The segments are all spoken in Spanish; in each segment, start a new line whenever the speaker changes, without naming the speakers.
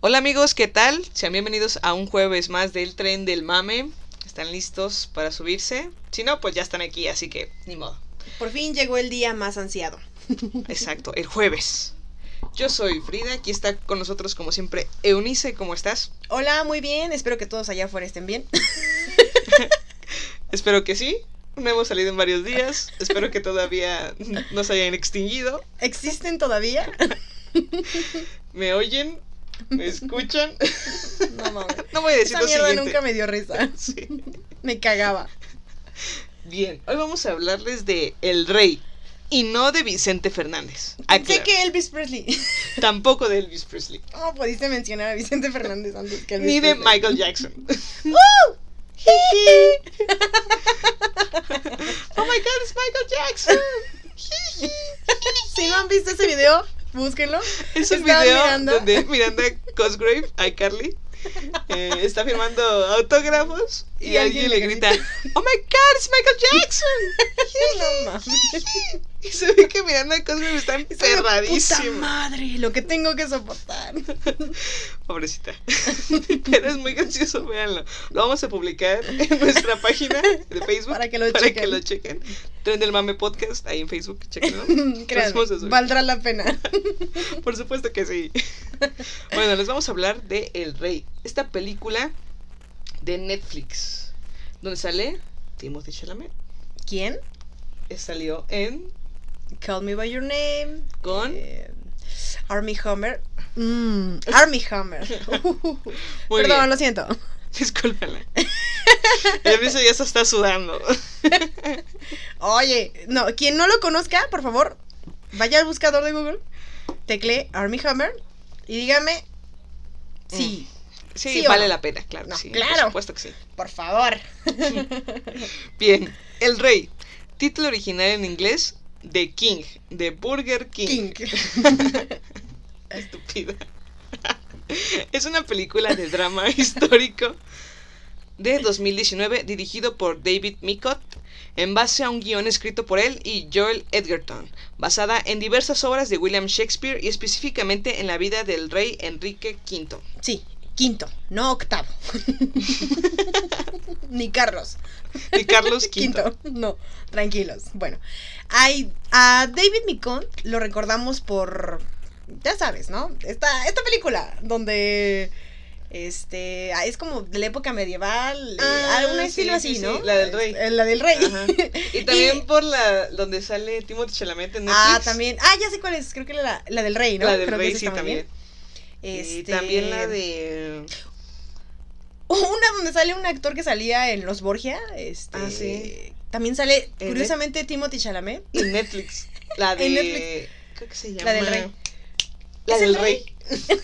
Hola amigos, ¿qué tal? Sean bienvenidos a un jueves más del tren del mame. ¿Están listos para subirse? Si no, pues ya están aquí, así que ni modo.
Por fin llegó el día más ansiado.
Exacto, el jueves. Yo soy Frida, aquí está con nosotros como siempre Eunice, ¿cómo estás?
Hola, muy bien, espero que todos allá afuera estén bien.
Espero que sí. No hemos salido en varios días. Espero que todavía no se hayan extinguido.
¿Existen todavía?
¿Me oyen? ¿Me escuchan?
No mames.
No voy a decir
Esa
lo
mierda
siguiente.
nunca me dio risa.
Sí.
Me cagaba.
Bien, hoy vamos a hablarles de El Rey y no de Vicente Fernández.
Sé
Aclaro,
que Elvis Presley.
Tampoco de Elvis Presley.
¿Cómo pudiste mencionar a Vicente Fernández antes que Elvis
Ni de
Presley?
Michael Jackson. oh my god, it's Michael Jackson.
Si no han visto ese video, búsquenlo.
Es un
Estaba
video
mirando.
donde Miranda Cosgrave, iCarly, eh, está firmando autógrafos y,
Y alguien
alguien,
le
le grita, oh my god, it's Michael Jackson.
No mames.
y se ve que Miranda Cosgrave está
Soy una Puta
emperradísima.
madre, lo que tengo que soportar.
Pobrecita. Pero es muy gracioso, véanlo. Lo vamos a publicar en nuestra página de Facebook
Para que lo
para
chequen.
que lo chequen. Tren del Mame Podcast, ahí en Facebook, chequenlo. Los vamos a
Créanme,
subir.
valdrá la pena.
Por supuesto que sí. Bueno, les vamos a hablar de El Rey, esta película de Netflix, donde sale Timothy Chalamet.
¿Quién?
Eh, Salió en
Call Me By Your Name.
Con-
eh, Army Hammer. Mm, Army Hammer.
Muy
Perdón,
bien.
lo siento.
Discúlpenla. El mismo ya se está sudando.
Oye, no, quien no lo conozca, por favor, vaya al buscador de Google, teclee Army Hammer y dígame sí,
Sí,
¿Sí o
vale
no?
la pena, claro. que
No,
sí,
claro.
Por supuesto que sí.
por favor.
Bien, El Rey. Título original en inglés: The King, de Burger
King.
estúpida. Es una película de drama histórico de 2019 dirigido por David Micott en base a un guión escrito por él y Joel Edgerton, basada en diversas obras de William Shakespeare y específicamente en la vida del rey Enrique V.
Sí, quinto, no octavo. Ni Carlos.
Y Carlos V.
Quinto. No, tranquilos. Bueno, hay, a David Micon lo recordamos por, ya sabes, ¿no? Esta, esta película donde, este, ah, es como de la época medieval, eh,
Ah,
algún
sí,
estilo
sí,
así,
sí,
¿no?
la del rey.
Eh, La del rey.
Ajá. Y también por la donde sale Timothy Chalamet en Netflix.
ah, también. Ah, ya sé cuál es. Creo que la, la- la del rey, ¿no?
La del
Creo que
rey,
esa
sí,
está muy bien.
también. Y
Este,
también la de...
Una donde sale un actor que salía en Los Borgia. Este,
Ah, sí. Eh,
También sale,
de-
curiosamente, Timothy Chalamet.
En Netflix. La de.
En Netflix.
Creo que se llama.
La del rey.
La
¿Es
del
el
rey.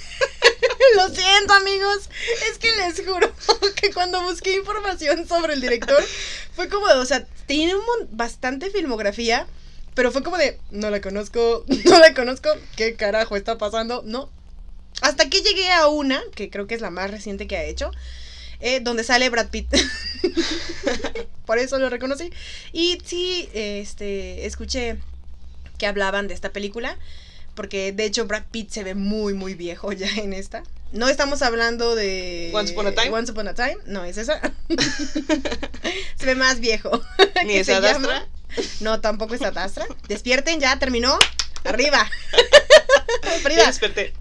Lo siento, amigos. Es que les juro que cuando busqué información sobre el director, fue como, de, o sea, tiene un mon- bastante filmografía, pero fue como de, no la conozco, no la conozco, ¿qué carajo está pasando? No. Hasta que llegué a una, que creo que es la más reciente que ha hecho, eh, donde sale Brad Pitt. Por eso lo reconocí. Y sí, este, escuché que hablaban de esta película. Porque de hecho Brad Pitt se ve muy, muy viejo ya en esta. No estamos hablando de.
Once Upon a Time.
Once Upon a Time, no es esa. se ve más viejo.
Ni
¿Qué
es
se llama?
Adastra.
No, tampoco es Atastra. Despierten, ya terminó. Arriba.
Ya
Frida.
desperté.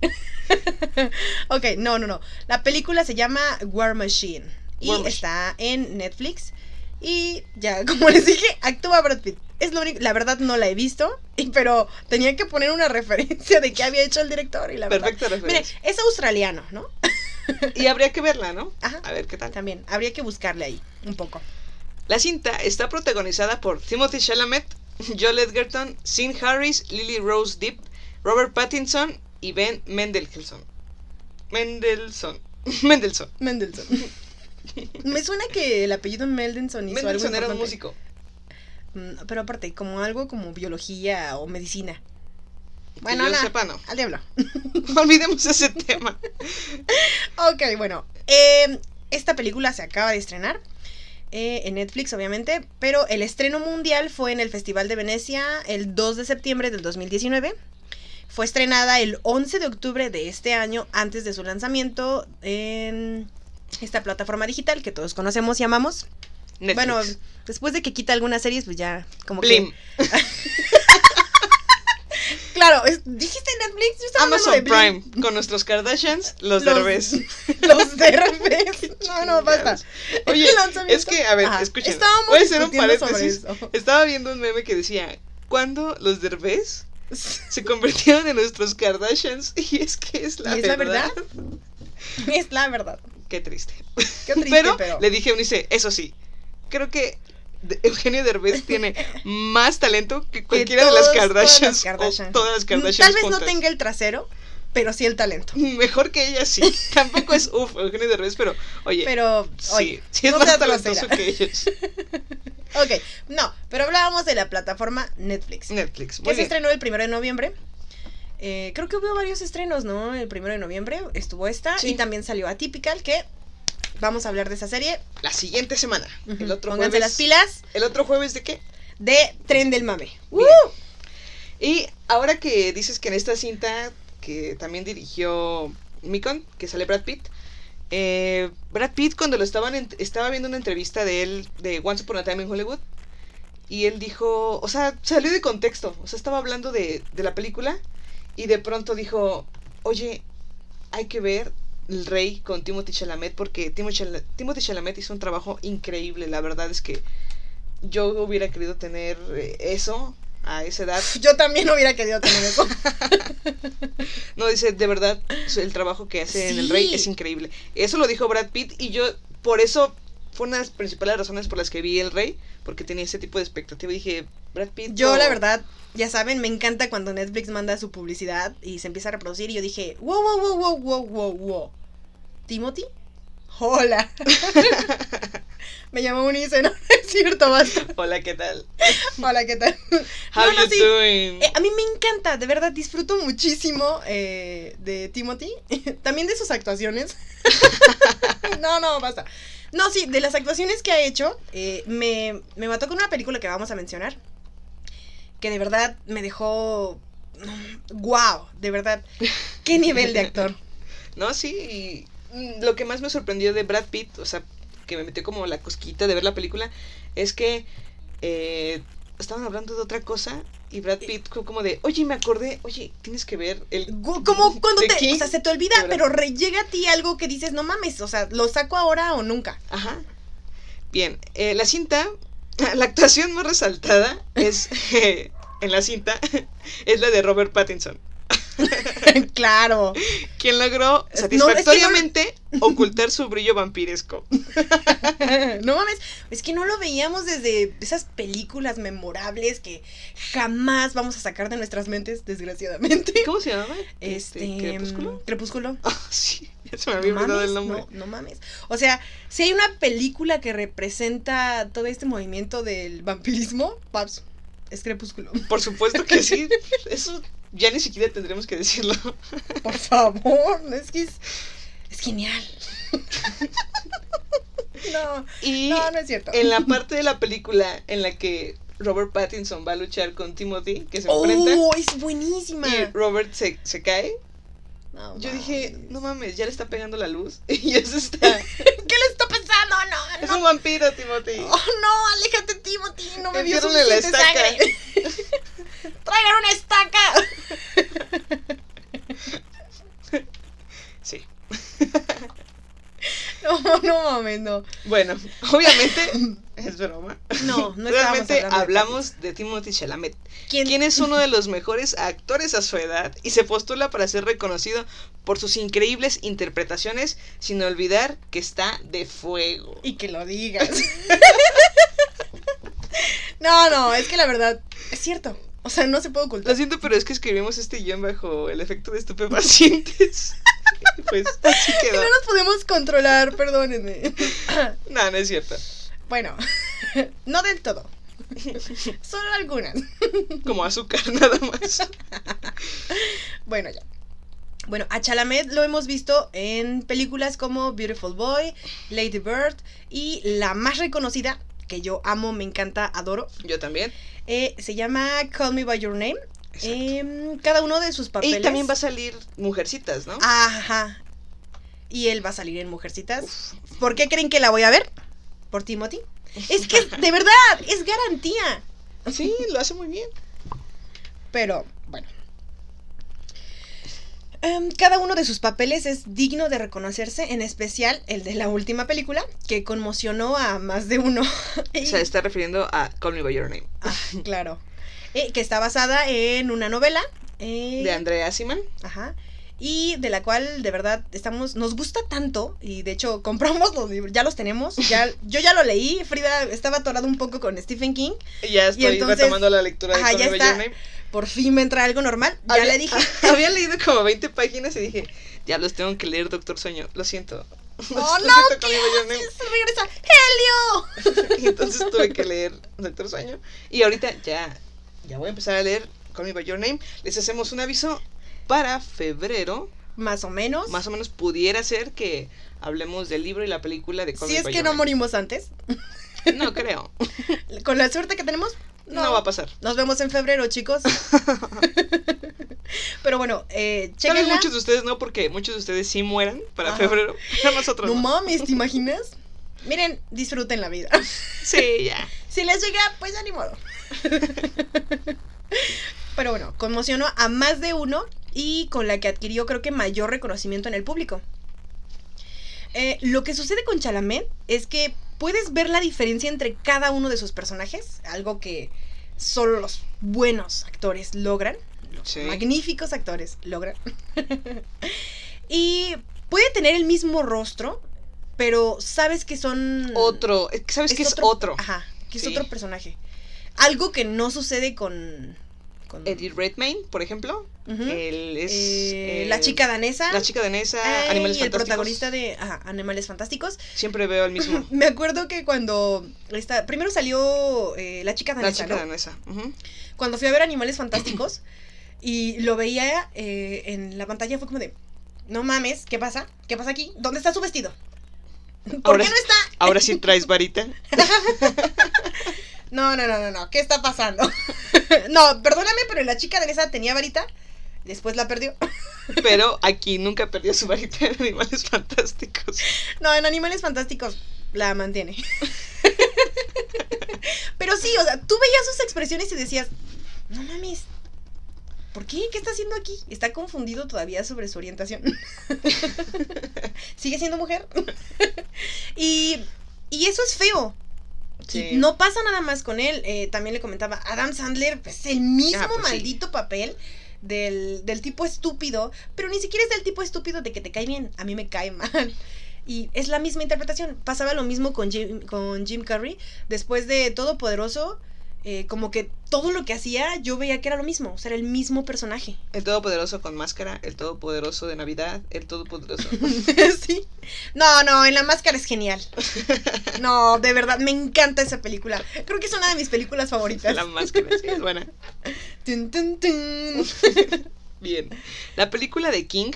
Ok, no, no, no. La película se llama War Machine. Y
War Machine.
está en Netflix. Y ya, como les dije, actúa Brad Pitt. Es lo único. La verdad no la he visto. y- Pero tenía que poner una referencia de qué había hecho el director. Y la verdad.
Perfecta
Mire,
referencia.
es australiano, ¿no?
Y habría que verla, ¿no?
Ajá.
A ver qué tal.
También. Habría que buscarle ahí un poco.
La cinta está protagonizada por Timothy Chalamet, Joel Edgerton, Sean Harris, Lily Rose Depp, Robert Pattinson y Ben Mendelsohn. Mendelsohn. Mendelsohn.
Mendelssohn. Me suena que el apellido Mendelsohn hizo
Mendelsohn era
algo
un
importante.
músico.
Mm, Pero aparte, como algo como biología o medicina.
yo
na,
sepa, no.
Al diablo.
Olvidemos ese tema.
Ok, bueno. eh, esta película se acaba de estrenar eh, en Netflix, obviamente, pero el estreno mundial fue en el Festival de Venecia el 2 de septiembre del 2019. Fue estrenada el 11 de octubre de este año, antes de su lanzamiento en esta plataforma digital que todos conocemos y amamos.
Netflix.
Bueno, después de que quita algunas series, pues ya como
Blim.
que... Claro, es- dijiste Netflix, yo estaba hablando de
Amazon
Blim.
Prime con nuestros Kardashians, los, Derbez.
Los Derbez. No, no, basta.
Oye,
El lanzamiento-
es que, a ver,
Ajá.
escuchen.
Estábamos
Voy a hacer un
discutiendo sobre
paréntesis.
eso.
Estaba viendo un meme que decía, ¿cuándo los Derbez se convirtieron en nuestros Kardashians? Y es que es la,
Y es la
verdad.
verdad. Es la verdad.
Qué triste.
Qué triste,
pero,
pero.
le dije a Eunice, eso sí, creo que de- Eugenio Derbez tiene más talento que cualquiera de las
todos- todas las
Kardashians.
Kardashian.
o todas las Kardashians.
Tal vez no
juntas.
tenga el trasero, pero sí el talento.
Mejor que ella sí. Tampoco es uff, Eugenio Derbez, pero oye.
Pero,
sí,
oye,
sí es
no
más
seas
talentoso
grosera.
que ellos.
Ok, no, pero hablábamos de la plataforma Netflix.
Netflix.
que
Muy
se
bien.
estrenó el primero de noviembre. Eh, creo que hubo varios estrenos, ¿no? El primero de noviembre estuvo esta
Sí.
y también salió Atypical, que vamos a hablar de esa serie.
La siguiente semana. El
Ujú,
otro
Pónganse
jueves.
las pilas
¿El otro jueves de qué?
de Tren del Mame.
Bien.
¡Uh!
Y ahora que dices que en esta cinta que también dirigió Micon, que sale Brad Pitt, eh, Brad Pitt cuando lo estaban en- estaba viendo una entrevista de él de Once Upon a Time in Hollywood y él dijo, o sea, salió de contexto, o sea, estaba hablando de, de la película y de pronto dijo, oye, hay que ver El Rey con Timothy Chalamet porque Timo Chala- Timothy Chalamet hizo un trabajo increíble, la verdad es que yo hubiera querido tener eh, eso a esa edad
pues Yo también hubiera querido tener eso.
no, dice, de verdad, su- el trabajo que hace en El Rey
Sí.
es increíble. Eso lo dijo Brad Pitt y yo, por eso, fue una de las principales razones por las que vi El Rey, porque tenía ese tipo de expectativa. Y dije, Brad Pitt. oh,
Yo,
o-
la verdad, ya saben, me encanta cuando Netflix manda su publicidad y se empieza a reproducir. Y yo dije, wow, wow, wow, wow, wow, wow, wow. ¿Timothy? Hola. me llamó Unice, no es cierto, basta.
Hola, ¿qué tal?
Hola, ¿qué tal?
How
No, no,
you
sí.
doing?
Eh, a mí me encanta, de verdad, disfruto muchísimo eh, de Timothy. También de sus actuaciones. no, no, basta. No, sí, de las actuaciones que ha hecho, eh, me, me mató con una película que vamos a mencionar. Que de verdad me dejó. ¡Wow! De verdad. ¡Qué nivel de actor!
No, sí. y, mm, lo que más me sorprendió de Brad Pitt, o sea, que me metió como la cosquita de ver la película, es que eh, estaban hablando de otra cosa y Brad Pitt fue como de, oye, me acordé, oye, tienes que ver el...
Gu- Como cuando
The
te.
King".
O sea, se te olvida,
de
pero re- llega a ti algo que dices, no mames, o sea, lo saco ahora o nunca.
Ajá. Bien, eh, la cinta, la actuación más resaltada es eh, en la cinta es la de Robert Pattinson,
claro.
quien logró
Es- no, es que no-
satisfactoriamente ocultar su brillo vampiresco.
no mames, es que no lo veíamos desde esas películas memorables que jamás vamos a sacar de nuestras mentes, desgraciadamente.
¿Cómo se llamaba?
Este,
Crepúsculo.
mm, Crepúsculo.
Ah, sí, ya se me había
No
olvidado
mames,
el nombre.
no, no mames. O sea, si hay una película que representa todo este movimiento del vampirismo, paps, es Crepúsculo.
Por supuesto que sí, eso ya ni siquiera tendremos que decirlo.
Por favor, es que es, es genial. no,
Y
no, no es cierto.
en la parte de la película en la que Robert Pattinson va a luchar con Timothy, que se enfrenta,
Oh, es buenísima.
y Robert se- se cae,
No
Yo dije,
mames.
no mames, ya le está pegando la luz. Y ya se está.
¿Qué le está pensando? No,
Es
no.
un vampiro, Timothy.
Oh, no, aléjate, Timothy. No me dio
Entiéndole la
suficiente
estaca.
sangre. Traigan una estaca.
Sí.
No, no mames, no.
Bueno, obviamente es broma.
No, no estábamos
Realmente
hablando de
hablamos de Timothy Chalamet,
¿Quién?
quien es uno de los mejores actores a su edad y se postula para ser reconocido por sus increíbles interpretaciones, sin olvidar que está de fuego.
Y que lo digas. No, no, es que la verdad, es cierto. O sea, no se puede
Lo
ocultar.
siento, pero es que escribimos este guión bajo el efecto de estupefacientes. pues así
No
quedó.
nos podemos controlar, perdónenme.
No, no es cierto.
Bueno, no del todo. Solo algunas.
Como azúcar, nada más.
Bueno, ya. Bueno, a Chalamet lo hemos visto en películas como Beautiful Boy, Lady Bird y la más reconocida, que yo amo, me encanta, adoro,
Yo también.
eh, se llama Call Me By Your Name.
Exacto.
Em, cada uno de sus papeles. Ah.
Y también va a salir Mujercitas, ¿no?
Ajá. Y él va a salir en Mujercitas. ¿Por qué creen que la voy a ver? ¿Por Timothy? Es que, de verdad, es garantía.
Sí, lo hace muy bien.
Pero, bueno. Em, cada uno de sus papeles es digno de reconocerse, en especial el de la última película, que conmocionó a más de uno.
O sea, está refiriendo a Call Me By Your Name.
Ah, claro. Eh, que está basada en una novela. eh,
De Andrea Siman.
Ajá. Y de la cual de verdad estamos, nos gusta tanto y de hecho compramos los libros, ya los tenemos, ya, yo ya lo leí, Frida estaba atorada un poco con Stephen King,
Ya estoy
entonces-
retomando la lectura de
Ajá,
Call
ya
Me By
está.
Your Name.
por fin me entra algo normal, ya
Había- ah.
le dije,
Había leído como 20 páginas y dije, ya los tengo que leer, Doctor Sueño. Lo siento.
Oh,
Lo
no, ¿qué
siento, Call Me By Your Name.
haces? Regresa, Helio.
Y entonces tuve que leer Doctor Sueño. Y ahorita ya, ya voy a empezar a leer Call Me By Your Name. Les hacemos un aviso para febrero.
Más o menos.
Más o menos pudiera ser que hablemos del libro y la película de Call
si
Me
es
By
que
Your
no
Name.
morimos antes,
No creo.
con la suerte que tenemos,
No. va a pasar.
Nos vemos en febrero, chicos. Pero bueno, eh,
Tal vez
chéquenla.
muchos de ustedes no, porque muchos de ustedes sí mueran para
Ajá.
febrero. Pero nosotros
No
no.
mames, ¿te imaginas? Miren, disfruten la vida.
Sí, ya.
Si les llega, pues ya ni modo. Pero bueno, conmocionó a más de uno y con la que adquirió creo que mayor reconocimiento en el público. Eh, lo que sucede con Chalamet es que puedes ver la diferencia entre cada uno de sus personajes, algo que solo los buenos actores logran,
Sí.
magníficos actores logran. y puede tener el mismo rostro, pero sabes que son
Otro. es que ¿Sabes qué es otro?
Ajá, que es
Sí.
otro personaje. Algo que no sucede con. con
Eddie Redmayne, por ejemplo.
Ujú.
Él es.
Eh,
eh,
la chica danesa.
La chica danesa,
Ay,
Animales
y el
Fantásticos.
protagonista de ajá, Animales Fantásticos.
Siempre veo al mismo.
Me acuerdo que cuando. esta- primero salió eh, La chica
La
danesa,
chica
¿no?
danesa. ujú.
Cuando fui a ver Animales Fantásticos y lo veía eh, en la pantalla, fue como de. No mames, ¿qué pasa? ¿Qué pasa aquí? ¿Dónde está su vestido? ¿Por
Ahora
qué no
sí-
está?
Ahora sí traes varita.
No, no, no, no, no. ¿Qué está pasando? no, perdóname, pero la chica de esa tenía varita. Después la perdió.
Pero aquí nunca perdió su varita en Animales Fantásticos.
No, en Animales Fantásticos la mantiene. pero sí, o sea, tú veías sus expresiones y decías, no mames. ¿Por qué? ¿Qué está haciendo aquí? Está confundido todavía sobre su orientación. ¿Sigue siendo mujer? y, y eso es feo. Y no pasa nada más con él. Eh, también le comentaba, Adam Sandler es el mismo
Ah, pues sí.
maldito papel del, del tipo estúpido, pero ni siquiera es del tipo estúpido de que te cae bien. A mí me cae mal. Y es la misma interpretación. Pasaba lo mismo con Jim, con Jim Carrey. Después de Todopoderoso, eh, como que todo lo que hacía yo veía que era lo mismo. O sea, era el mismo personaje.
El Todopoderoso con máscara, el Todopoderoso de Navidad, el Todopoderoso.
sí. No, no, en la máscara es genial. No, de verdad, me encanta esa película. Creo que es una de mis películas favoritas.
La máscara, sí, es buena.
Tun, tun, tun.
Bien. La película de King,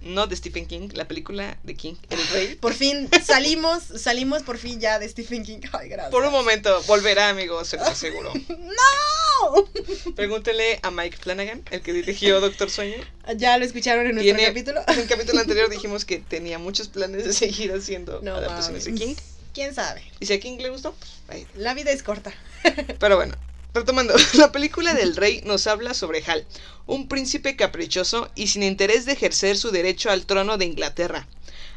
no de Stephen King, la película de King, El Rey.
Por fin salimos, salimos por fin ya de Stephen King. Ay, gracias.
Por un momento, volverá, amigos, se los aseguro.
¡No!
Pregúntele a Mike Flanagan, el que dirigió Doctor Sueño.
Ya lo escucharon en nuestro
Tiene-
capítulo.
En el capítulo anterior dijimos que tenía muchos planes de seguir haciendo
No,
adaptaciones de King.
mames. ¿Quién sabe?
Y si a King le gustó, pues ahí
La vida es corta.
Pero bueno, retomando, la película del rey nos habla sobre Hal, un príncipe caprichoso y sin interés de ejercer su derecho al trono de Inglaterra.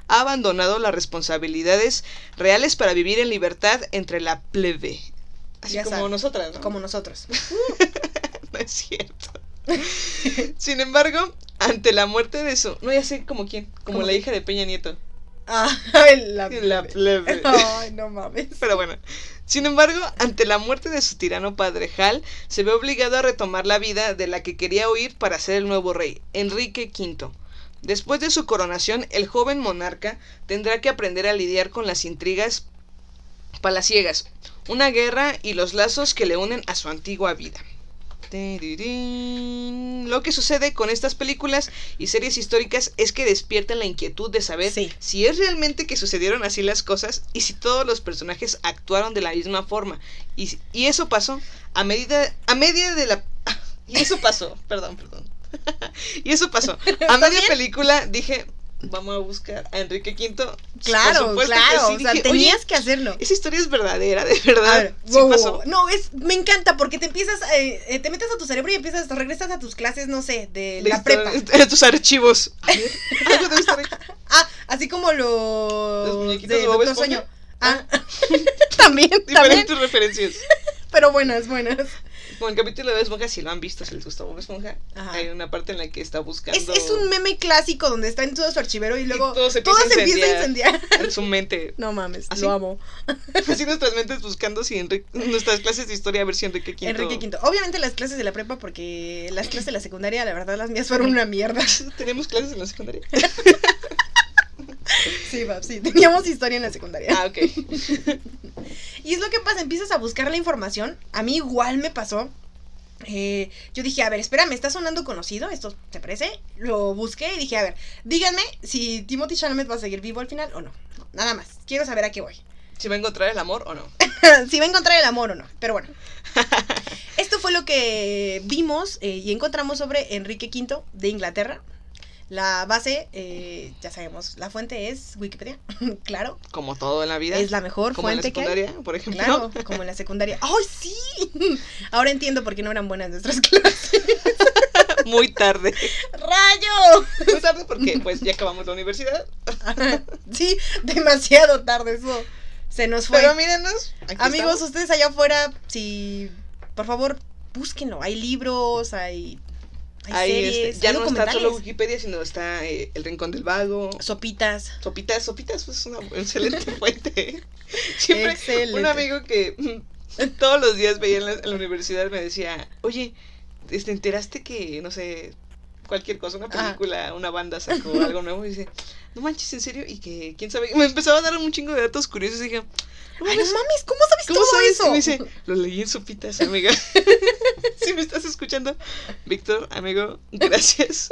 Ha abandonado las responsabilidades reales para vivir en libertad entre la plebe. Así
Ya
como
sabe.
nosotras, ¿no?
Como nosotros.
No es cierto. sin embargo, ante la muerte de su... No, ya sé como quién, como
¿Cómo
la
quién?
hija de Peña Nieto.
Ah, la
La plebe.
Ay, no mames.
Pero bueno. Sin embargo, ante la muerte de su tirano padre Hal, se ve obligado a retomar la vida de la que quería huir para ser el nuevo rey, Enrique V. Después de su coronación, el joven monarca tendrá que aprender a lidiar con las intrigas palaciegas, una guerra y los lazos que le unen a su antigua vida. Tirirín. Lo que sucede con estas películas y series históricas es que despiertan la inquietud de saber
Sí.
si es realmente que sucedieron así las cosas y si todos los personajes actuaron de la misma forma. Y, si- y eso pasó a medida a media de la y eso pasó, perdón, perdón. y eso pasó. A media película dije, vamos a buscar a Enrique V. Por
Claro,
supuesto que
claro.
sí.
o sea,
Dije, "Oye,
tenías que hacerlo.
esa historia es verdadera, de
A
verdad.
ver,
sí
wow, wow,
pasó.
wow. No, es, me encanta porque te empiezas, eh, eh, te metes a tu cerebro y empiezas, regresas a tus clases, no sé, de la
Listo,
prepa.
en tus archivos. A ver, algo debe estar aquí.
Ah, así como los,
Los muñequitos de Bob
Doctor
Esponja.
Sueño. Ah, también, también,
Diferentes referencias.
pero buenas, buenas.
Como el capítulo de Bob Esponja, si lo han visto, si les gustó Bob Esponja,
Ajá.
hay una parte en la que está buscando
Es, es un meme clásico donde está en todo su archivero y luego todo
todo
se,
se empieza a
empieza a incendiar.
en su mente.
No mames,
¿Ah, sí?
lo amo.
Así nuestras mentes buscando si Enrique- nuestras clases de historia a ver si Enrique V.
Enrique Quinto. Obviamente las clases de la prepa porque las clases de la secundaria, la verdad, las mías fueron una mierda.
¿Tenemos clases en la secundaria?
Sí, Bab, sí, teníamos historia en la secundaria.
Ah, ok.
Y es lo que pasa, empiezas a buscar la información. A mí igual me pasó. Eh, yo dije, a ver, espérame, está sonando conocido, esto te parece. Lo busqué y dije, a ver, díganme si Timothy Chalamet va a seguir vivo al final o no. Nada más, quiero saber a qué voy.
¿Si va a encontrar el amor o no?
si va a encontrar el amor o no, pero bueno. Esto fue lo que vimos eh, y encontramos sobre Enrique V de Inglaterra. La base, eh, ya sabemos, la fuente es Wikipedia, claro.
Como todo en la vida.
Es la mejor
Como en la
fuente que hay.
secundaria, por ejemplo.
Claro, como en la secundaria. ¡Ay, sí! Ahora entiendo por qué no eran buenas nuestras clases.
Muy tarde.
¡Rayo!
Muy tarde porque pues ya acabamos la universidad.
Sí, demasiado tarde eso. Se nos fue.
Pero mírenos. aquí
Amigos,
estamos.
ustedes allá afuera, si por favor, búsquenlo. Hay libros, hay, hay
Ahí, este,
series,
ya
hay
no está
documentales.
solo Wikipedia, sino está eh, El Rincón del Vago.
Sopitas.
Sopitas, sopitas pues, es una excelente fuente. Siempre un
Excelente.
amigo que mm, todos los días veía en la, en la universidad me decía, oye, ¿te te enteraste que, no sé, cualquier cosa, una
Ajá.
película, una banda sacó algo nuevo? Y dice, no manches, ¿en serio? Y que, ¿quién sabe? Me empezaba a dar un chingo de datos curiosos y dije, "No
Ay, no
mames,
mames, ¿cómo sabes
¿Cómo
todo
sabes?
eso?
Y me dice, lo leí en sopitas, amiga. si me estás escuchando, Víctor, amigo, gracias.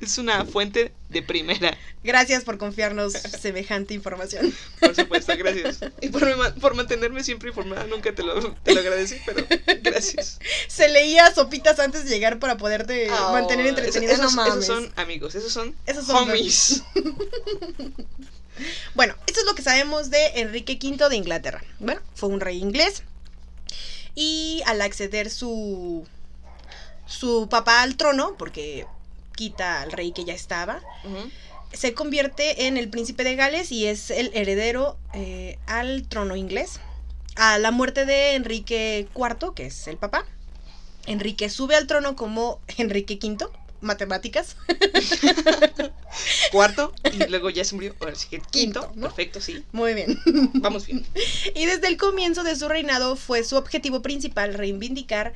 Es una fuente de primera.
Gracias por confiarnos semejante información.
Por supuesto, gracias. Y por, ma- por mantenerme siempre informada, nunca te lo, te lo agradecí, pero gracias.
Se leía sopitas antes de llegar para poderte
Ah,
mantener
oh,
entretenido.
Esos,
no
esos-
mames.
esos son amigos, esos son,
Esos son
homies.
Bueno, esto es lo que sabemos de Enrique V de Inglaterra. Bueno, fue un rey inglés. Y al acceder su, su papá al trono, porque quita al rey que ya estaba,
Ujú.
se convierte en el príncipe de Gales y es el heredero eh, al trono inglés. A la muerte de Enrique IV, que es el papá, Enrique sube al trono como Enrique V, matemáticas.
Cuarto, y luego ya se murió. Ahora sí que quinto.
Quinto, ¿no?
Perfecto, sí.
Muy bien.
Vamos bien.
Y desde el comienzo de su reinado fue su objetivo principal reivindicar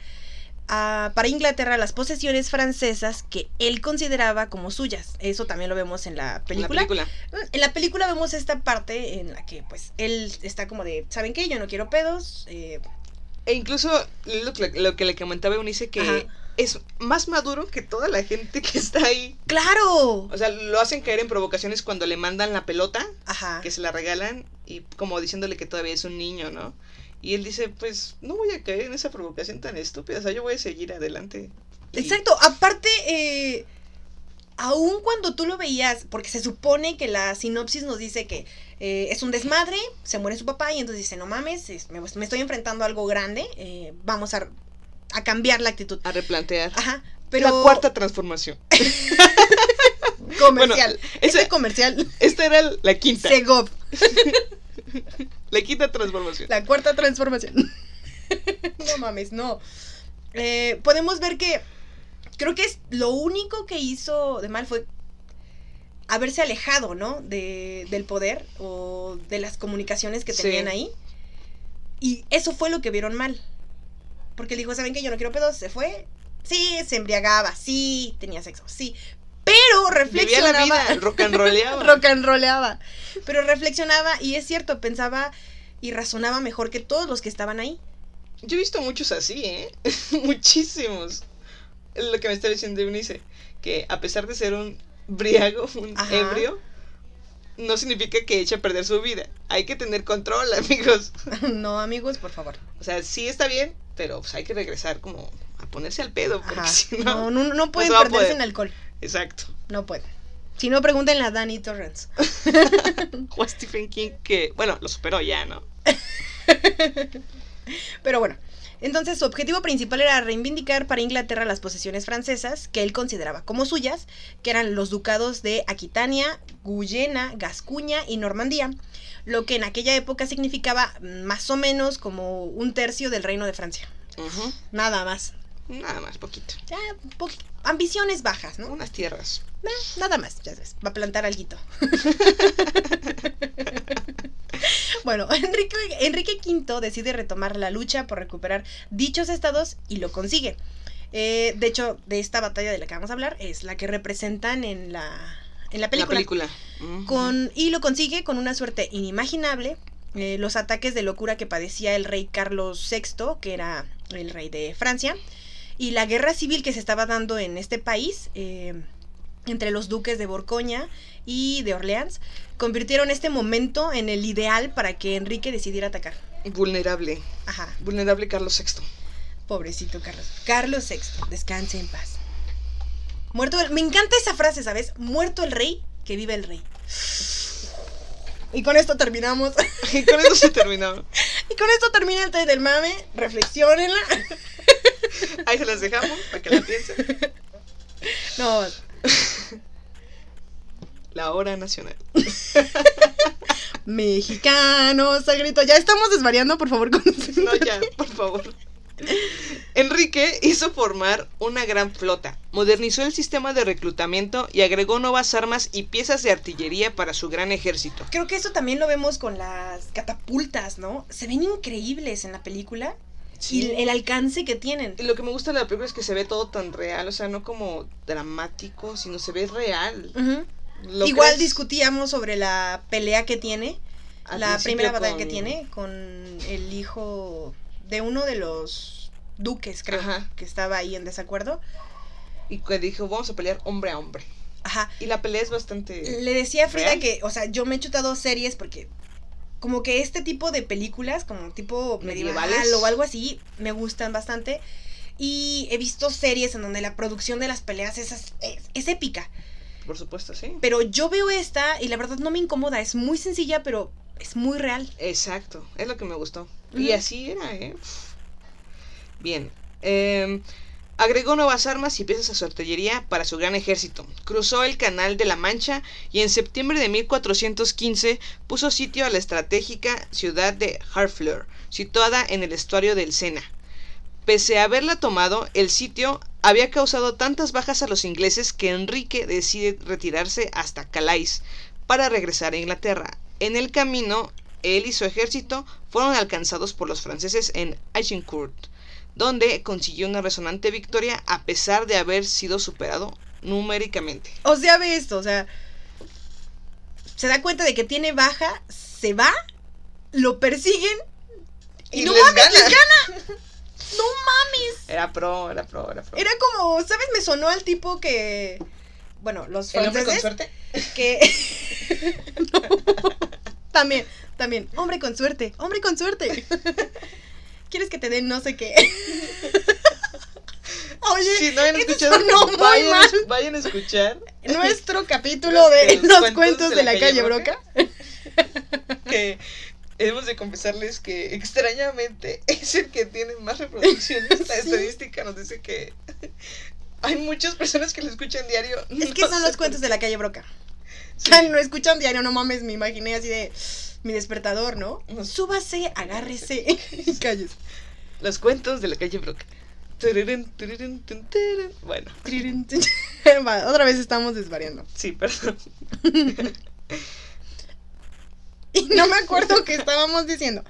ah, para Inglaterra las posesiones francesas que él consideraba como suyas. Eso también lo vemos en la película. Mm,
La película.
En la película vemos esta parte en la que pues él está como de, ¿saben qué? Yo no quiero pedos. eh,
E incluso lo, que- lo que le comentaba a Eunice que
Ajá.
es más maduro que toda la gente que está ahí.
¡Claro!
O sea, lo hacen caer en provocaciones cuando le mandan la pelota.
Ajá.
que se la regalan y como diciéndole que todavía es un niño, ¿no? Y él dice, pues no voy a caer en esa provocación tan estúpida, o sea, yo voy a seguir adelante. Y-
Exacto, aparte, eh, aun cuando tú lo veías, porque se supone que la sinopsis nos dice que eh, es un desmadre, se muere su papá y entonces dice, no mames, es- me, me estoy enfrentando a algo grande, eh, vamos a, a cambiar la actitud.
A replantear.
Ajá, Ah, pero...
La cuarta transformación.
Comercial.
esa-
Ese comercial,
Esta era la quinta.
Segov,
La quinta transformación.
la cuarta transformación. no mames, no. Eh, podemos ver que creo que es lo único que hizo de mal fue haberse alejado, ¿no? De, del poder o de las comunicaciones que
Sí.
tenían ahí. Y eso fue lo que vieron mal. Porque él dijo, ¿saben qué? Yo no quiero pedos. Se fue. Sí, se embriagaba. Sí, tenía sexo. Sí. Pero
Vivía la
reflexionaba.
vida, rock and rolleaba.
rock and rollaba. Pero reflexionaba y es cierto, pensaba y razonaba mejor que todos los que estaban ahí.
Yo he visto muchos así, ¿eh? Muchísimos. Lo que me está diciendo Eunice, que a pesar de ser un briago, un
Ajá.
ebrio, no significa que eche a perder su vida. Hay que tener control, amigos.
no, amigos, por favor.
O sea, sí está bien, pero pues, hay que regresar como a ponerse al pedo, porque
Ajá.
si
No,
no...
no, no pueden
se va a
perderse
poder.
en alcohol.
Exacto.
No pueden. Si no, pregúntenle a Danny Torrance.
O a Stephen King que, bueno, lo superó ya, ¿no?
Pero bueno, entonces su objetivo principal era reivindicar para Inglaterra las posesiones francesas que él consideraba como suyas, que eran los ducados de Aquitania, Guyena, Gascuña y Normandía, lo que en aquella época significaba más o menos como un tercio del reino de Francia.
Ujú.
Nada más.
Nada más, poquito.
Ya, po- ambiciones bajas, ¿no?
Unas tierras.
Nah, nada más, ya sabes, va a plantar alguito. bueno, Enrique, Enrique V decide retomar la lucha por recuperar dichos estados y lo consigue. Eh, de hecho, de esta batalla de la que vamos a hablar es la que representan en la, en la película.
La película. Ujú.
Con, y lo consigue con una suerte inimaginable. eh, los ataques de locura que padecía el rey Carlos VI, que era el rey de Francia, y la guerra civil que se estaba dando en este país eh, entre los duques de Borgoña y de Orleans, convirtieron este momento en el ideal para que Enrique decidiera atacar.
Vulnerable.
Ajá,
Vulnerable Carlos VI.
pobrecito Carlos. Carlos VI, descanse en paz. Muerto el- Me encanta esa frase, ¿sabes? Muerto el rey, que vive el rey. Y con esto terminamos.
Y con eso se terminó.
Y con esto termina el test del mame. Reflexionenla.
Ahí se las dejamos para que la piensen.
No,
La hora nacional.
mexicanos, al grito. Ya estamos desvariando, por favor. Con...
No, ya, por favor. Enrique hizo formar una gran flota, modernizó el sistema de reclutamiento y agregó nuevas armas y piezas de artillería para su gran ejército.
Creo que esto también lo vemos con las catapultas, ¿no? Se ven increíbles en la película. Y el- el alcance que tienen.
Y lo que me gusta de la película es que se ve todo tan real, o sea, no como dramático, sino se ve real.
Ujú.
Lo
Igual
crees
discutíamos sobre la pelea que tiene.
al
la
principio
primera batalla que
con-
tiene con el hijo de uno de los duques, creo,
Ajá.
que estaba ahí en desacuerdo.
Y que dijo, vamos a pelear hombre a hombre.
Ajá.
Y la pelea es bastante...
Le decía a Frida
¿Real?
que, o sea, yo me he chutado series porque como que este tipo de películas, como tipo medieval
Medievales.
o algo así, me gustan bastante. Y he visto series en donde la producción de las peleas es, as- es- es épica.
Por supuesto, sí.
Pero yo veo esta y la verdad no me incomoda. Es muy sencilla, pero es muy real.
Exacto, es lo que me gustó.
Ujú.
Y así era, ¿eh? Uf. Bien. em, agregó nuevas armas y piezas a su artillería para su gran ejército. Cruzó el Canal de la Mancha y en septiembre de 1415 puso sitio a la estratégica ciudad de Harfleur, situada en el estuario del Sena. Pese a haberla tomado, el sitio había causado tantas bajas a los ingleses que Enrique decide retirarse hasta Calais para regresar a Inglaterra. En el camino, él y su ejército fueron alcanzados por los franceses en Agincourt, donde consiguió una resonante victoria a pesar de haber sido superado numéricamente.
O sea, ve esto, o sea, se da cuenta de que tiene baja, se va, lo persiguen. Y, no
les
mames,
gana.
les gana. No mames.
Era pro, era pro, era pro.
Era como, ¿sabes? Me sonó al tipo que. Bueno, los
el hombre con
franceses
suerte.
que. No. También, también. Hombre con suerte, hombre con suerte. ¿Quieres que te den no sé qué? Oye,
Si no han
esto
escuchado,
sonó muy
vayan,
mal.
vayan a escuchar
nuestro capítulo de
Los
Los
cuentos
cuentos de la calle Broca.
que hemos de confesarles que extrañamente es el que tiene más reproducciones. La
Sí.
estadística nos dice que hay muchas personas que lo escuchan diario.
Es que
No
son
sé
los
por
cuentos de la calle Broca.
Sí.
Ay, no escuchan diario, no mames, me imaginé así de mi despertador, ¿no?
No.
Súbase, agárrese y cállese.
Los cuentos de la calle Broca. Tururún, tururún, tun, turun. Bueno,
Va, Otra vez estamos desvariando.
Sí, perdón.
Ah, Y no me acuerdo qué estábamos diciendo.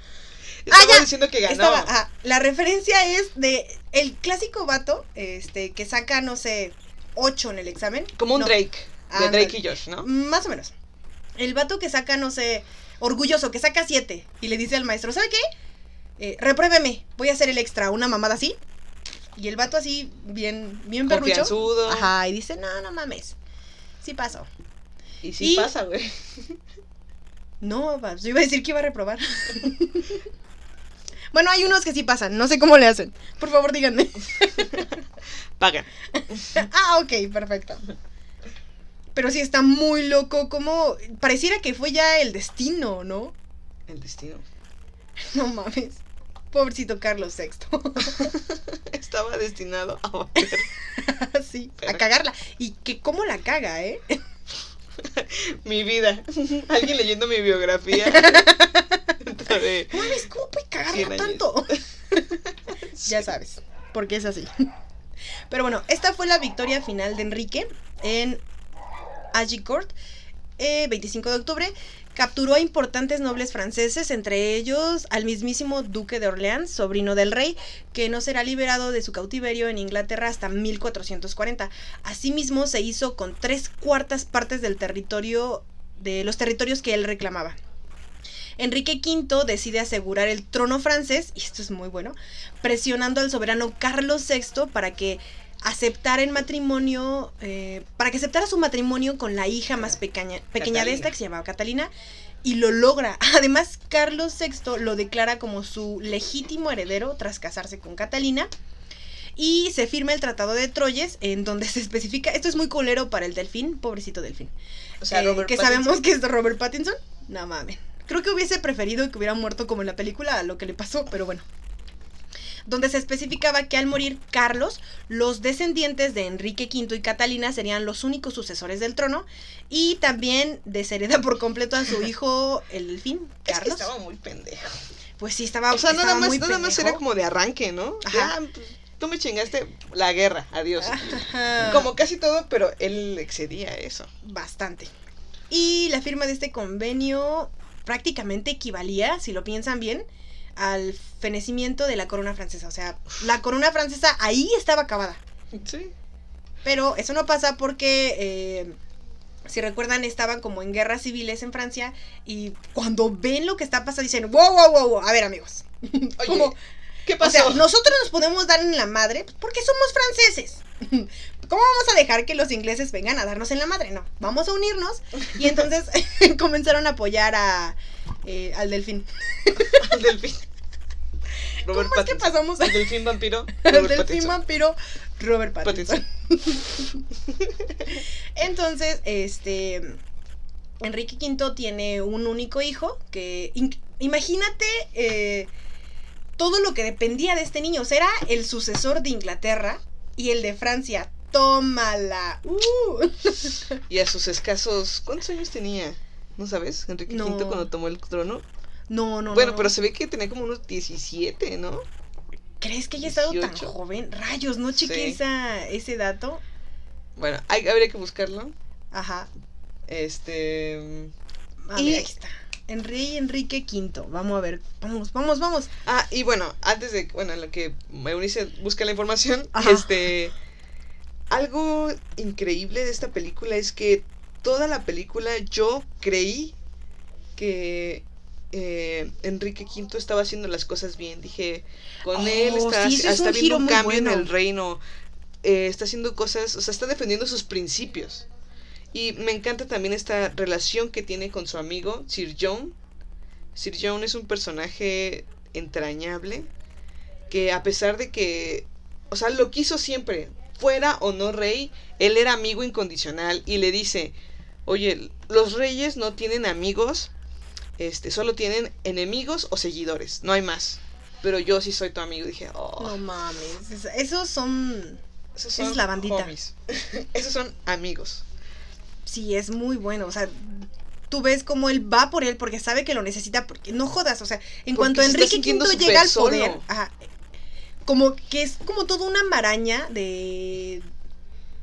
Estaba
ya.
diciendo que ganaba.
Estaba, ah, la referencia es de el clásico vato, este, que saca, no sé, 8 en el examen.
Como un
No,
Drake. De
Ándale.
Drake y Josh, ¿no?
Más o menos. El vato que saca, no sé, orgulloso, que saca 7 y le dice al maestro, ¿sabe qué? Eh, repruébeme, voy a hacer el extra, una mamada así. Y el vato así, bien, bien perrucho.
Confianzudo.
Ajá, y dice, no, no mames. Sí pasó.
Y sí
Y-
pasa, güey.
No, va, yo iba a decir que iba a reprobar. bueno, hay unos que sí pasan, no sé cómo le hacen. Por favor, díganme.
Pagan.
ah, ok, perfecto. Pero sí está muy loco, como pareciera que fue ya el destino, ¿no?
El destino.
No mames. Pobrecito Carlos VI.
Estaba destinado a valer.
Así, a cagarla. Y que cómo la caga, ¿eh?
mi vida. Alguien leyendo mi biografía. Dentro de
No mames, ¿cómo puede
Cien
cagarla
años.
tanto? ya sabes, porque es así. Pero bueno, esta fue la victoria final de Enrique en Agincourt, eh, 25 de octubre. Capturó a importantes nobles franceses, entre ellos al mismísimo duque de Orleans, sobrino del rey, que no será liberado de su cautiverio en Inglaterra hasta 1440. Asimismo, se hizo con tres cuartas partes del territorio de los territorios que él reclamaba. Enrique V decide asegurar el trono francés, y esto es muy bueno, presionando al soberano Carlos VI para que aceptara el matrimonio, eh, para que aceptara su matrimonio con la hija más pequeña, pequeña de
Catalina.
esta, que se llamaba Catalina, y lo logra. Además, Carlos VI lo declara como su legítimo heredero tras casarse con Catalina. Y se firma el Tratado de Troyes, en donde se especifica, esto es muy colero para el delfín, pobrecito delfín,
O sea,
eh,
Robert
que
Pattinson.
sabemos que es de Robert Pattinson. No mames. Creo que hubiese preferido que hubiera muerto como en la película a lo que le pasó, pero bueno. Donde se especificaba que al morir Carlos, los descendientes de Enrique V y Catalina serían los únicos sucesores del trono y también deshereda por completo a su hijo, el delfín,
Es que
Carlos.
estaba muy pendejo.
Pues sí, estaba
O sea, nada
estaba
más,
muy
nada más era
pendejo.
como de arranque, ¿no?
Ajá.
Ya, pues, tú me chingaste la guerra, adiós.
Ajá.
Como casi todo, pero él excedía eso.
bastante. Y la firma de este convenio prácticamente equivalía, si lo piensan bien, al fenecimiento de la corona francesa. O sea, la corona francesa ahí estaba acabada.
Sí.
Pero eso no pasa porque, eh, si recuerdan, estaban como en guerras civiles en Francia y cuando ven lo que está pasando dicen, wow, wow, wow, wow, a ver amigos.
Oye,
Como-
¿qué
o
pasó?
sea, nosotros nos podemos dar en la madre pues, porque somos franceses. ¿Cómo vamos a dejar que los ingleses vengan a darnos en la madre? No, vamos a unirnos. Y entonces comenzaron a apoyar a, eh, al delfín.
El delfín. Robert
¿Cómo es que
Pattinson.
pasamos
El delfín vampiro.
al
Robert
delfín
Pattinson.
vampiro Robert Pattinson?
Pattinson.
Entonces, este. Enrique V tiene un único hijo que. in- imagínate eh, todo lo que dependía de este niño. O sea, era el sucesor de Inglaterra y el de Francia. Tómala. ¡Uh!
Y a sus escasos. ¿Cuántos años tenía? ¿No sabes? Enrique
No.
V cuando tomó el trono.
No, no, no,
bueno,
no.
pero se ve que tenía como unos 17, ¿no?
¿Crees que haya estado tan
18.
joven? Rayos, no chequé
Sí.
esa- ese dato.
Bueno, hay- habría que buscarlo.
Ajá.
Este.
A
Y-
ver, aquí está. Enrique Enrique V. Vamos a ver. Vamos, vamos, vamos.
Ah, y bueno, antes de bueno, en lo que Eunice busca la información,
Ajá.
este algo increíble de esta película es que toda la película yo creí que eh, Enrique V estaba haciendo las cosas bien. Dije, con
Oh,
él está,
sí, eso es
está
un
habiendo
giro
un
muy
cambio en
bueno.
el reino, eh, está haciendo cosas, o sea, está defendiendo sus principios. Y me encanta también esta relación que tiene con su amigo, Sir John. Sir John es un personaje entrañable que a pesar de que, o sea, lo quiso siempre, fuera o no rey, él era amigo incondicional y le dice, oye, los reyes no tienen amigos, este, solo tienen enemigos o seguidores, no hay más. Pero yo sí soy tu amigo. Y dije, oh,
No mames. es- Esos son.
esos
esa es la bandita.
homies. esos son amigos.
Sí, es muy bueno. O sea, tú ves cómo él va por él porque sabe que lo necesita. Porque no jodas. O sea, en
Porque
cuanto
se está
Enrique
sintiendo
V
súper
llega al poder.
solo.
ajá, como que es como toda una maraña de.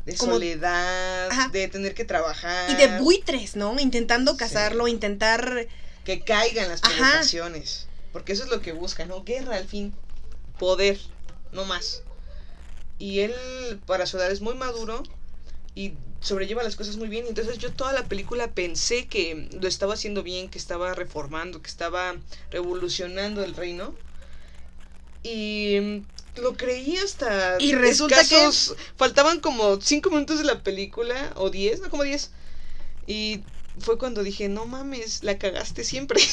De de
Como-
soledad,
Ajá.
de tener que trabajar.
Y de buitres, ¿no? Intentando casarlo,
Eh. Sí.
intentar...
Que caigan las
Ajá.
provocaciones. Porque eso es lo que busca, ¿no? Guerra al fin. Poder, no más. Y él, para su edad, es muy maduro y sobrelleva las cosas muy bien. Entonces yo toda la película pensé que lo estaba haciendo bien, que estaba reformando, que estaba revolucionando el reino. Y mm, lo creí hasta...
Y resulta que-
escasos- Faltaban como 5 minutos de la película, o 10, no como 10. Y fue cuando dije, no mames, la cagaste siempre.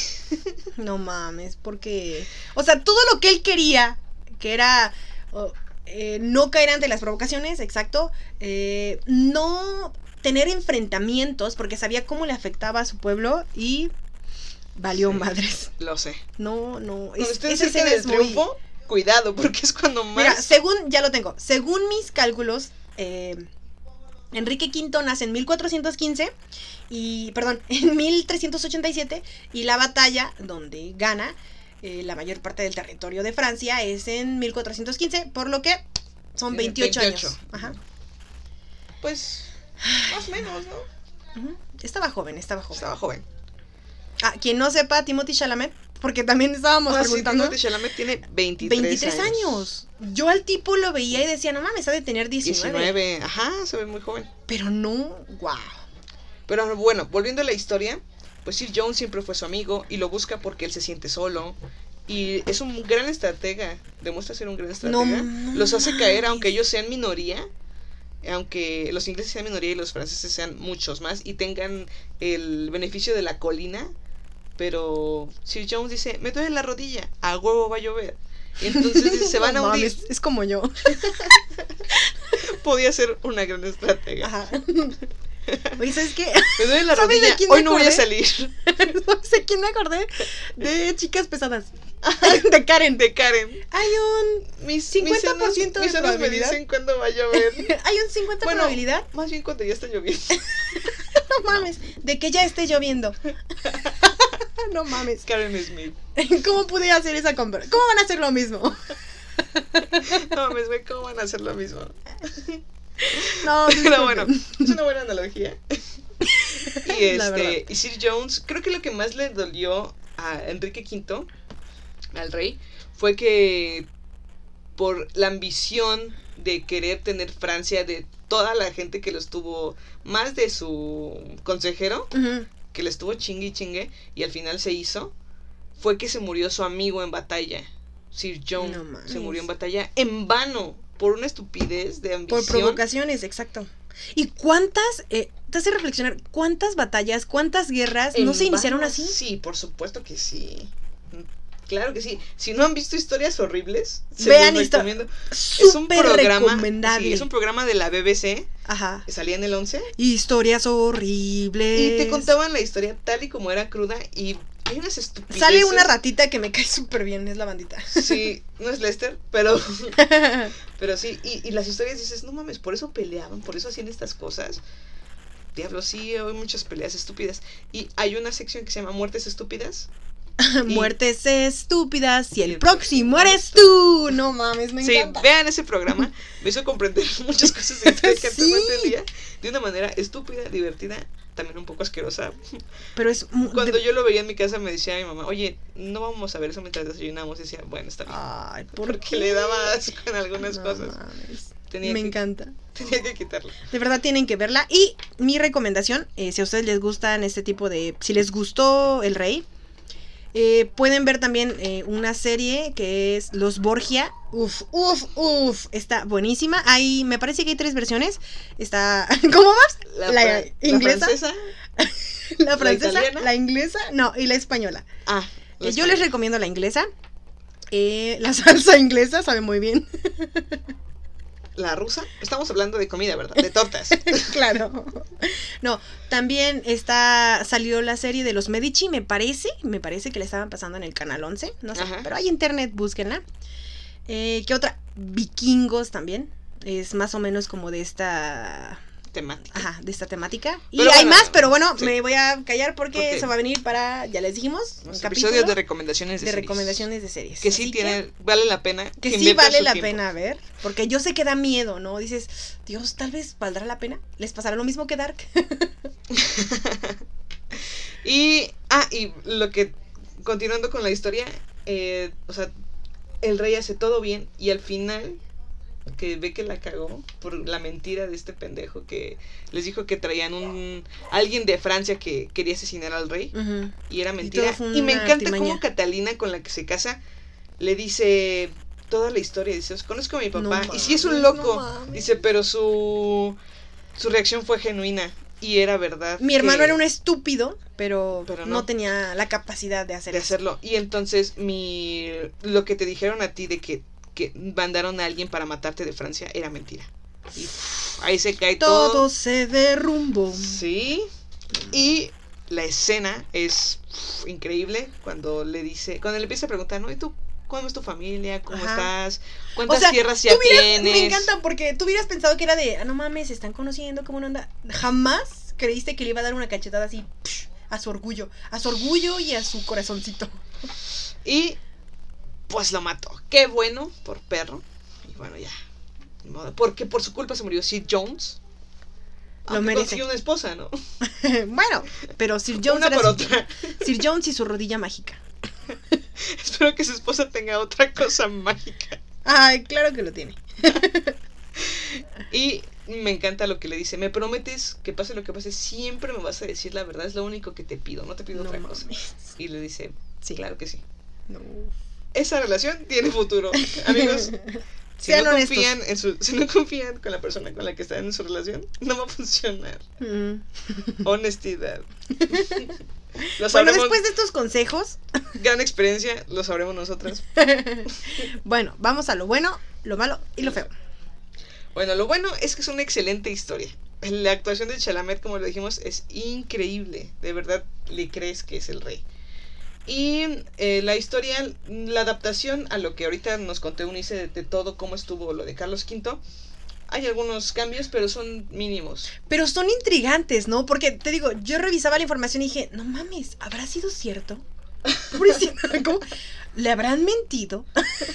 No mames, porque... O sea, todo lo que él quería, que era oh, eh, no caer ante las provocaciones, exacto, eh, no tener enfrentamientos, porque sabía cómo le afectaba a su pueblo y valió
Sí.
madres.
Lo sé.
No, no.
Cuando
es-
estés
esa
cerca
escena
del
es muy-
triunfo, cuidado, porque es cuando más...
Mira, según, ya lo tengo, según mis cálculos, eh, Enrique V nace en 1415 y, perdón, en 1387 y la batalla donde gana eh, la mayor parte del territorio de Francia es en 1415, por lo que son
Tiene
28,
28.
años. Ajá.
Pues, más o menos, ¿no?
Ujú. Estaba joven, estaba joven.
Estaba joven.
Ah, quien no sepa, Timothy Chalamet, porque también estábamos
Ah, sí,
preguntando.
Timothée Chalamet tiene 23,
23 años. Yo al tipo lo veía y decía, no mames, ha de tener 19.
19, ajá, se ve muy joven.
Pero no, wow.
Pero bueno, volviendo a la historia, pues Sir John siempre fue su amigo y lo busca porque él se siente solo. Y es un gran estratega, demuestra ser un gran estratega.
no
los hace caer,
mames.
aunque ellos sean minoría, aunque los ingleses sean minoría y los franceses sean muchos más y tengan el beneficio de la colina. Pero Sir Jones dice, me duele la rodilla, a huevo va a llover. Y entonces dice, se van a
No
hundir.
mames, es como yo.
Podía ser una gran estratega.
Ajá. Oye, ¿sabes qué?
Me duele la
¿Sabes de
rodilla,
quién me
hoy no voy a
acordé?
salir.
no sé quién me acordé de chicas pesadas. De Karen.
De Karen.
Hay un
Mis,
50%
mis senos-
de
mis senos me
probabilidad.
dicen cuándo va a llover.
hay un 50
Em. Bueno.
probabilidad,
Más bien cuando ya está lloviendo.
no mames, de que ya esté lloviendo. no mames.
Karen Smith.
¿Cómo pude hacer esa compra? ¿Cómo van a hacer lo mismo?
No mames, güey, ¿cómo van a hacer lo mismo?
No,
Pero bueno,
disculpen.
es una buena analogía. Y,
La
este,
verdad.
y Sir Jones, creo que lo que más le dolió a Enrique V, al rey, fue que por la ambición de querer tener Francia de toda la gente que lo estuvo, más de su consejero,
Ujú.
que le estuvo chingue y chingue, y al final se hizo, fue que se murió su amigo en batalla. Sir John
No mames.
se murió en batalla en vano, por una estupidez de ambición.
Por provocaciones, exacto. ¿Y cuántas, eh, te hace reflexionar, cuántas batallas, cuántas guerras no
¿En
se iniciaron
vano?
así?
Sí, por supuesto que sí. Claro que sí. Si no han visto historias horribles,
Vean
los
histo-
recomiendo. Es un
Súper
programa.
recomendable.
sí, es un programa de la BBC.
Ajá.
Salía en el 11.
Historias horribles.
Y te contaban la historia tal y como era cruda. Y hay unas estupideces.
Sale una ratita que me cae súper bien, es la bandita.
Sí, no es Lester, pero, pero sí. Y, y las historias dices, no mames, por eso peleaban, por eso hacían estas cosas. Diablo, sí, hay muchas peleas estúpidas. Y hay una sección que se llama Muertes Estúpidas. Y-
Muertes estúpidas y
Y el
el próximo eres tú. No mames, me
sí,
encanta.
vean ese programa. Me hizo comprender muchas cosas de historia que antes no
Sí.
entendía. De una manera estúpida, divertida, también un poco asquerosa.
Pero es mu-
Cuando
de-
yo lo veía en mi casa me decía mi mamá, oye, no vamos a ver eso mientras desayunamos. Y decía, bueno, está bien.
Ay, ¿por
Porque
qué?
le daba asco en algunas
Ah. No
cosas.
mames.
Tenía
me
que-
encanta.
Tenía que quitarlo.
De verdad tienen que verla. Y mi recomendación, eh, si a ustedes les gustan este tipo de... Si les gustó El Rey, eh, pueden ver también eh, una serie que es Los Borgia. Uf, uf, uf. Está buenísima. Hay, me parece que hay tres versiones. Está... ¿Cómo vas? La
fra-
inglesa.
francesa.
La francesa,
italiana?
la, inglesa, no, y la española.
Ah,
Eh, yo les recomiendo la inglesa. Eh, la salsa inglesa sabe muy bien.
La rusa. Estamos hablando de comida, ¿verdad? De tortas.
claro. No, también está salió la serie de los Medici, me parece, me parece que la estaban pasando en el canal 11, no sé,
Ajá.
pero hay internet, búsquenla. Eh, ¿Qué otra? Vikingos también, es más o menos como de esta
temática.
Ajá, de esta temática. Y
Pero
hay
bueno,
más, pero bueno,
sí.
me voy a callar porque
Ok.
eso va a venir para, ya les dijimos, un
Los
capítulo
episodios de recomendaciones de,
de
series.
recomendaciones de series.
Que sí
Así
tiene, vale la pena.
Que
que
sí
inviertan
vale
su
la
tiempo.
pena ver, porque yo sé que da miedo, ¿no? Dices, Dios, tal vez valdrá la pena. Les pasará lo mismo que Dark.
Y, ah, y lo que, continuando con la historia, eh, o sea, el rey hace todo bien y al final, que ve que la cagó por la mentira de este pendejo que les dijo que traían un, alguien de Francia que quería asesinar al rey y era mentira.
todo fue
Y, me
una
encanta cómo
artimaña.
Catalina con la que se casa le dice toda la historia, dice, os conozco a mi papá
No
y si es un
mames,
loco,
no mames.
dice, pero su, su reacción fue genuina. Y era verdad.
Mi hermano
que-
era un estúpido, pero,
Pero
no.
no.
tenía la capacidad de hacer
de
eso.
hacerlo. Y entonces mi lo que te dijeron a ti de que, que mandaron a alguien para matarte de Francia era mentira. Y uf, ahí se cae
Todo,
todo.
se derrumbó.
Sí. Y la escena es uf, increíble cuando le dice, cuando le empieza a preguntar, ¿no? ¿Y tú cómo es tu familia? ¿Cómo
Ajá.
estás? ¿Cuántas
O sea,
tierras ya
tú hubieras-
tienes?
Me encanta porque tú hubieras pensado que era de, ah, no mames, se están conociendo, ¿cómo no anda? Jamás creíste que le iba a dar una cachetada así psh, a su orgullo, a su orgullo y a su corazoncito.
Y pues lo mató. Qué bueno por perro. Y bueno, ya. Ni modo. Porque por su culpa se murió Sid Jones.
Lo
Aunque
merece.
consiguió una esposa, ¿no?
bueno, pero Sir Jones,
una
era
por
su-
otra.
Sir Jones y su rodilla mágica.
Espero que su esposa tenga otra cosa mágica.
Ay, claro que lo tiene.
Y me encanta lo que le dice. Me prometes que pase lo que pase, siempre me vas a decir la verdad. Es lo único que te pido. No te pido
No
otra cosa.
mames.
Y le dice,
Sí.
claro que sí.
No.
Esa relación tiene futuro. Amigos, si
Sean
no,
honestos.
confían en su, si no confían con la persona con la que están en su relación, no va a funcionar.
Mm.
Honestidad. Lo
Bueno,
sabremos.
después de estos consejos,
Gran experiencia, lo sabremos nosotras.
bueno, vamos a lo bueno, lo malo y lo feo.
Bueno, lo bueno es que es una excelente historia. La actuación de Chalamet, como lo dijimos, es increíble. De verdad, le crees que es el rey. Y eh, la historia, la adaptación a lo que ahorita nos conté Unice de, de todo cómo estuvo lo de Carlos V, hay algunos cambios, pero son mínimos.
Pero son intrigantes, ¿no? Porque te digo, yo revisaba la información y dije, no mames, ¿habrá sido cierto? Pobrecita, ¿cómo? ¿Le habrán mentido? eso,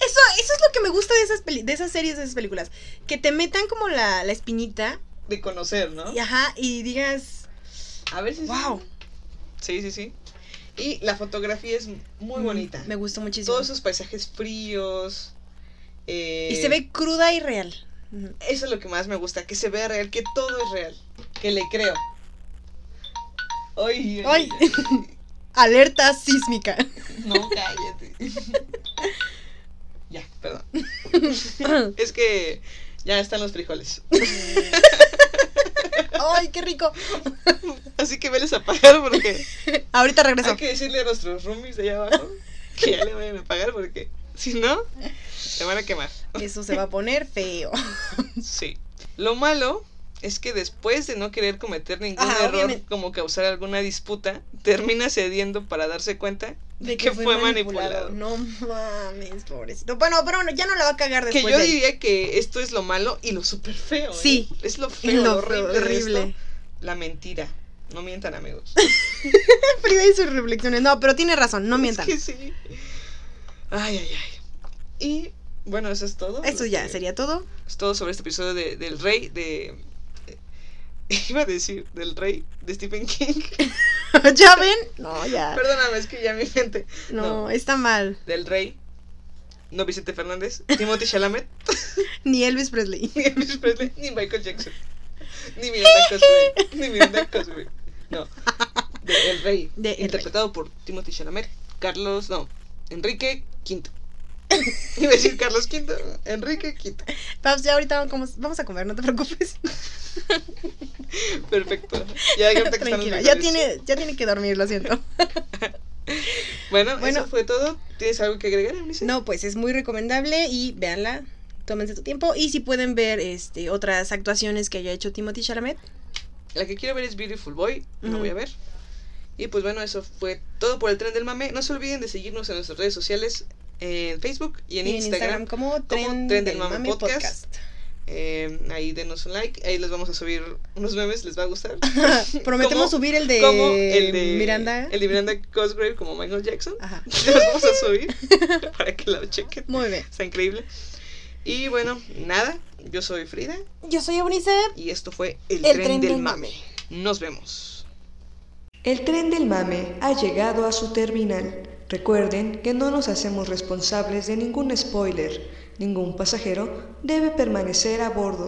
eso es lo que me gusta de esas, peli- de esas series, de esas películas. Que te metan como la, la espinita
De conocer, ¿no?
y, ajá, y digas,
A ver si.
wow.
¿Ah? Sí, sí, sí. Y la fotografía es muy bonita.
Mm, Me gustó muchísimo.
Todos esos paisajes fríos. eh,
Y se ve cruda y real. Ujú.
Eso es lo que más me gusta, que se vea real, que todo es real, que le creo. Ay,
¡Ay! Alerta sísmica.
no, cállate. ya, perdón. Es que ya están los frijoles.
¡Ay, qué rico!
Así que veles a pagar porque
Ahorita regreso.
hay que decirle a nuestros roomies de allá abajo que ya le vayan a pagar porque si no, se van a quemar.
Eso se va a poner feo.
Sí. Lo malo es que después de no querer cometer ningún
Ajá,
error,
obviamente.
como causar alguna disputa, termina cediendo para darse cuenta de que, fue, manipulado.
No mames, pobrecito. Bueno, pero bueno, ya no la va a cagar
Que
después.
yo
de-
diría que esto es lo malo y lo súper feo. ¿eh?
Sí.
Es lo
Y lo
feo, lo horrible. de
horrible.
esto. La mentira. No mientan, amigos.
Frida y sus reflexiones. No, pero tiene razón, no mientan.
Es que sí. Ay, ay, ay. Y bueno, eso es todo.
Eso
Lo
ya
que-
sería todo.
Es todo sobre este episodio de- del rey de. eh, Iba a decir, del rey de Stephen King.
¿Ya ven? No, ya.
Perdóname, es que ya mi gente.
No,
no.
está mal.
Del rey. No Vicente Fernández, Timothy Chalamet,
Ni Elvis Presley.
ni Elvis Presley, ni Michael Jackson, ni Miranda Cosby, ni Miranda Cosby. No. De El Rey.
De El
interpretado por Timothy Chalamet, Carlos, no, Enrique V. Iba a decir Carlos V, Enrique V.
Paps, ya ahorita vamos, como- vamos a comer, no te preocupes.
Perfecto. Ya, ya, ahorita que están los
Tranquila, ya
mejores.
tiene, ya tiene que dormir, lo siento.
Bueno,
Bueno.
eso fue todo. ¿Tienes algo que agregar, Eunice?
No, pues es muy recomendable y véanla. Tómense tu tiempo. Y si pueden ver este, otras actuaciones que haya hecho Timothy Chalamet.
La que quiero ver es Beautiful Boy.
Ujú.
No voy a ver. Y pues bueno, eso fue todo por el tren del mame. No se olviden de seguirnos en nuestras redes sociales, en Facebook y en,
y
Instagram.
como Tren,
Tren
del,
del Mame
Mame
Podcast.
Podcast.
Eh, ahí denos un like. Ahí les vamos a subir unos memes, les va a gustar.
Prometemos
Como-
subir el de,
como el de
Miranda.
El de Miranda Cosgrave como Michael Jackson.
Ajá.
Los vamos a subir para que lo chequen.
Muy bien.
Está increíble. Y bueno, nada. Yo soy Frida
Yo soy Eunice.
y esto fue El,
El
tren,
Tren
del
del
mame. Nos vemos.
El tren del mame ha llegado a su terminal. Recuerden que no nos hacemos responsables de ningún spoiler. Ningún pasajero debe permanecer a bordo.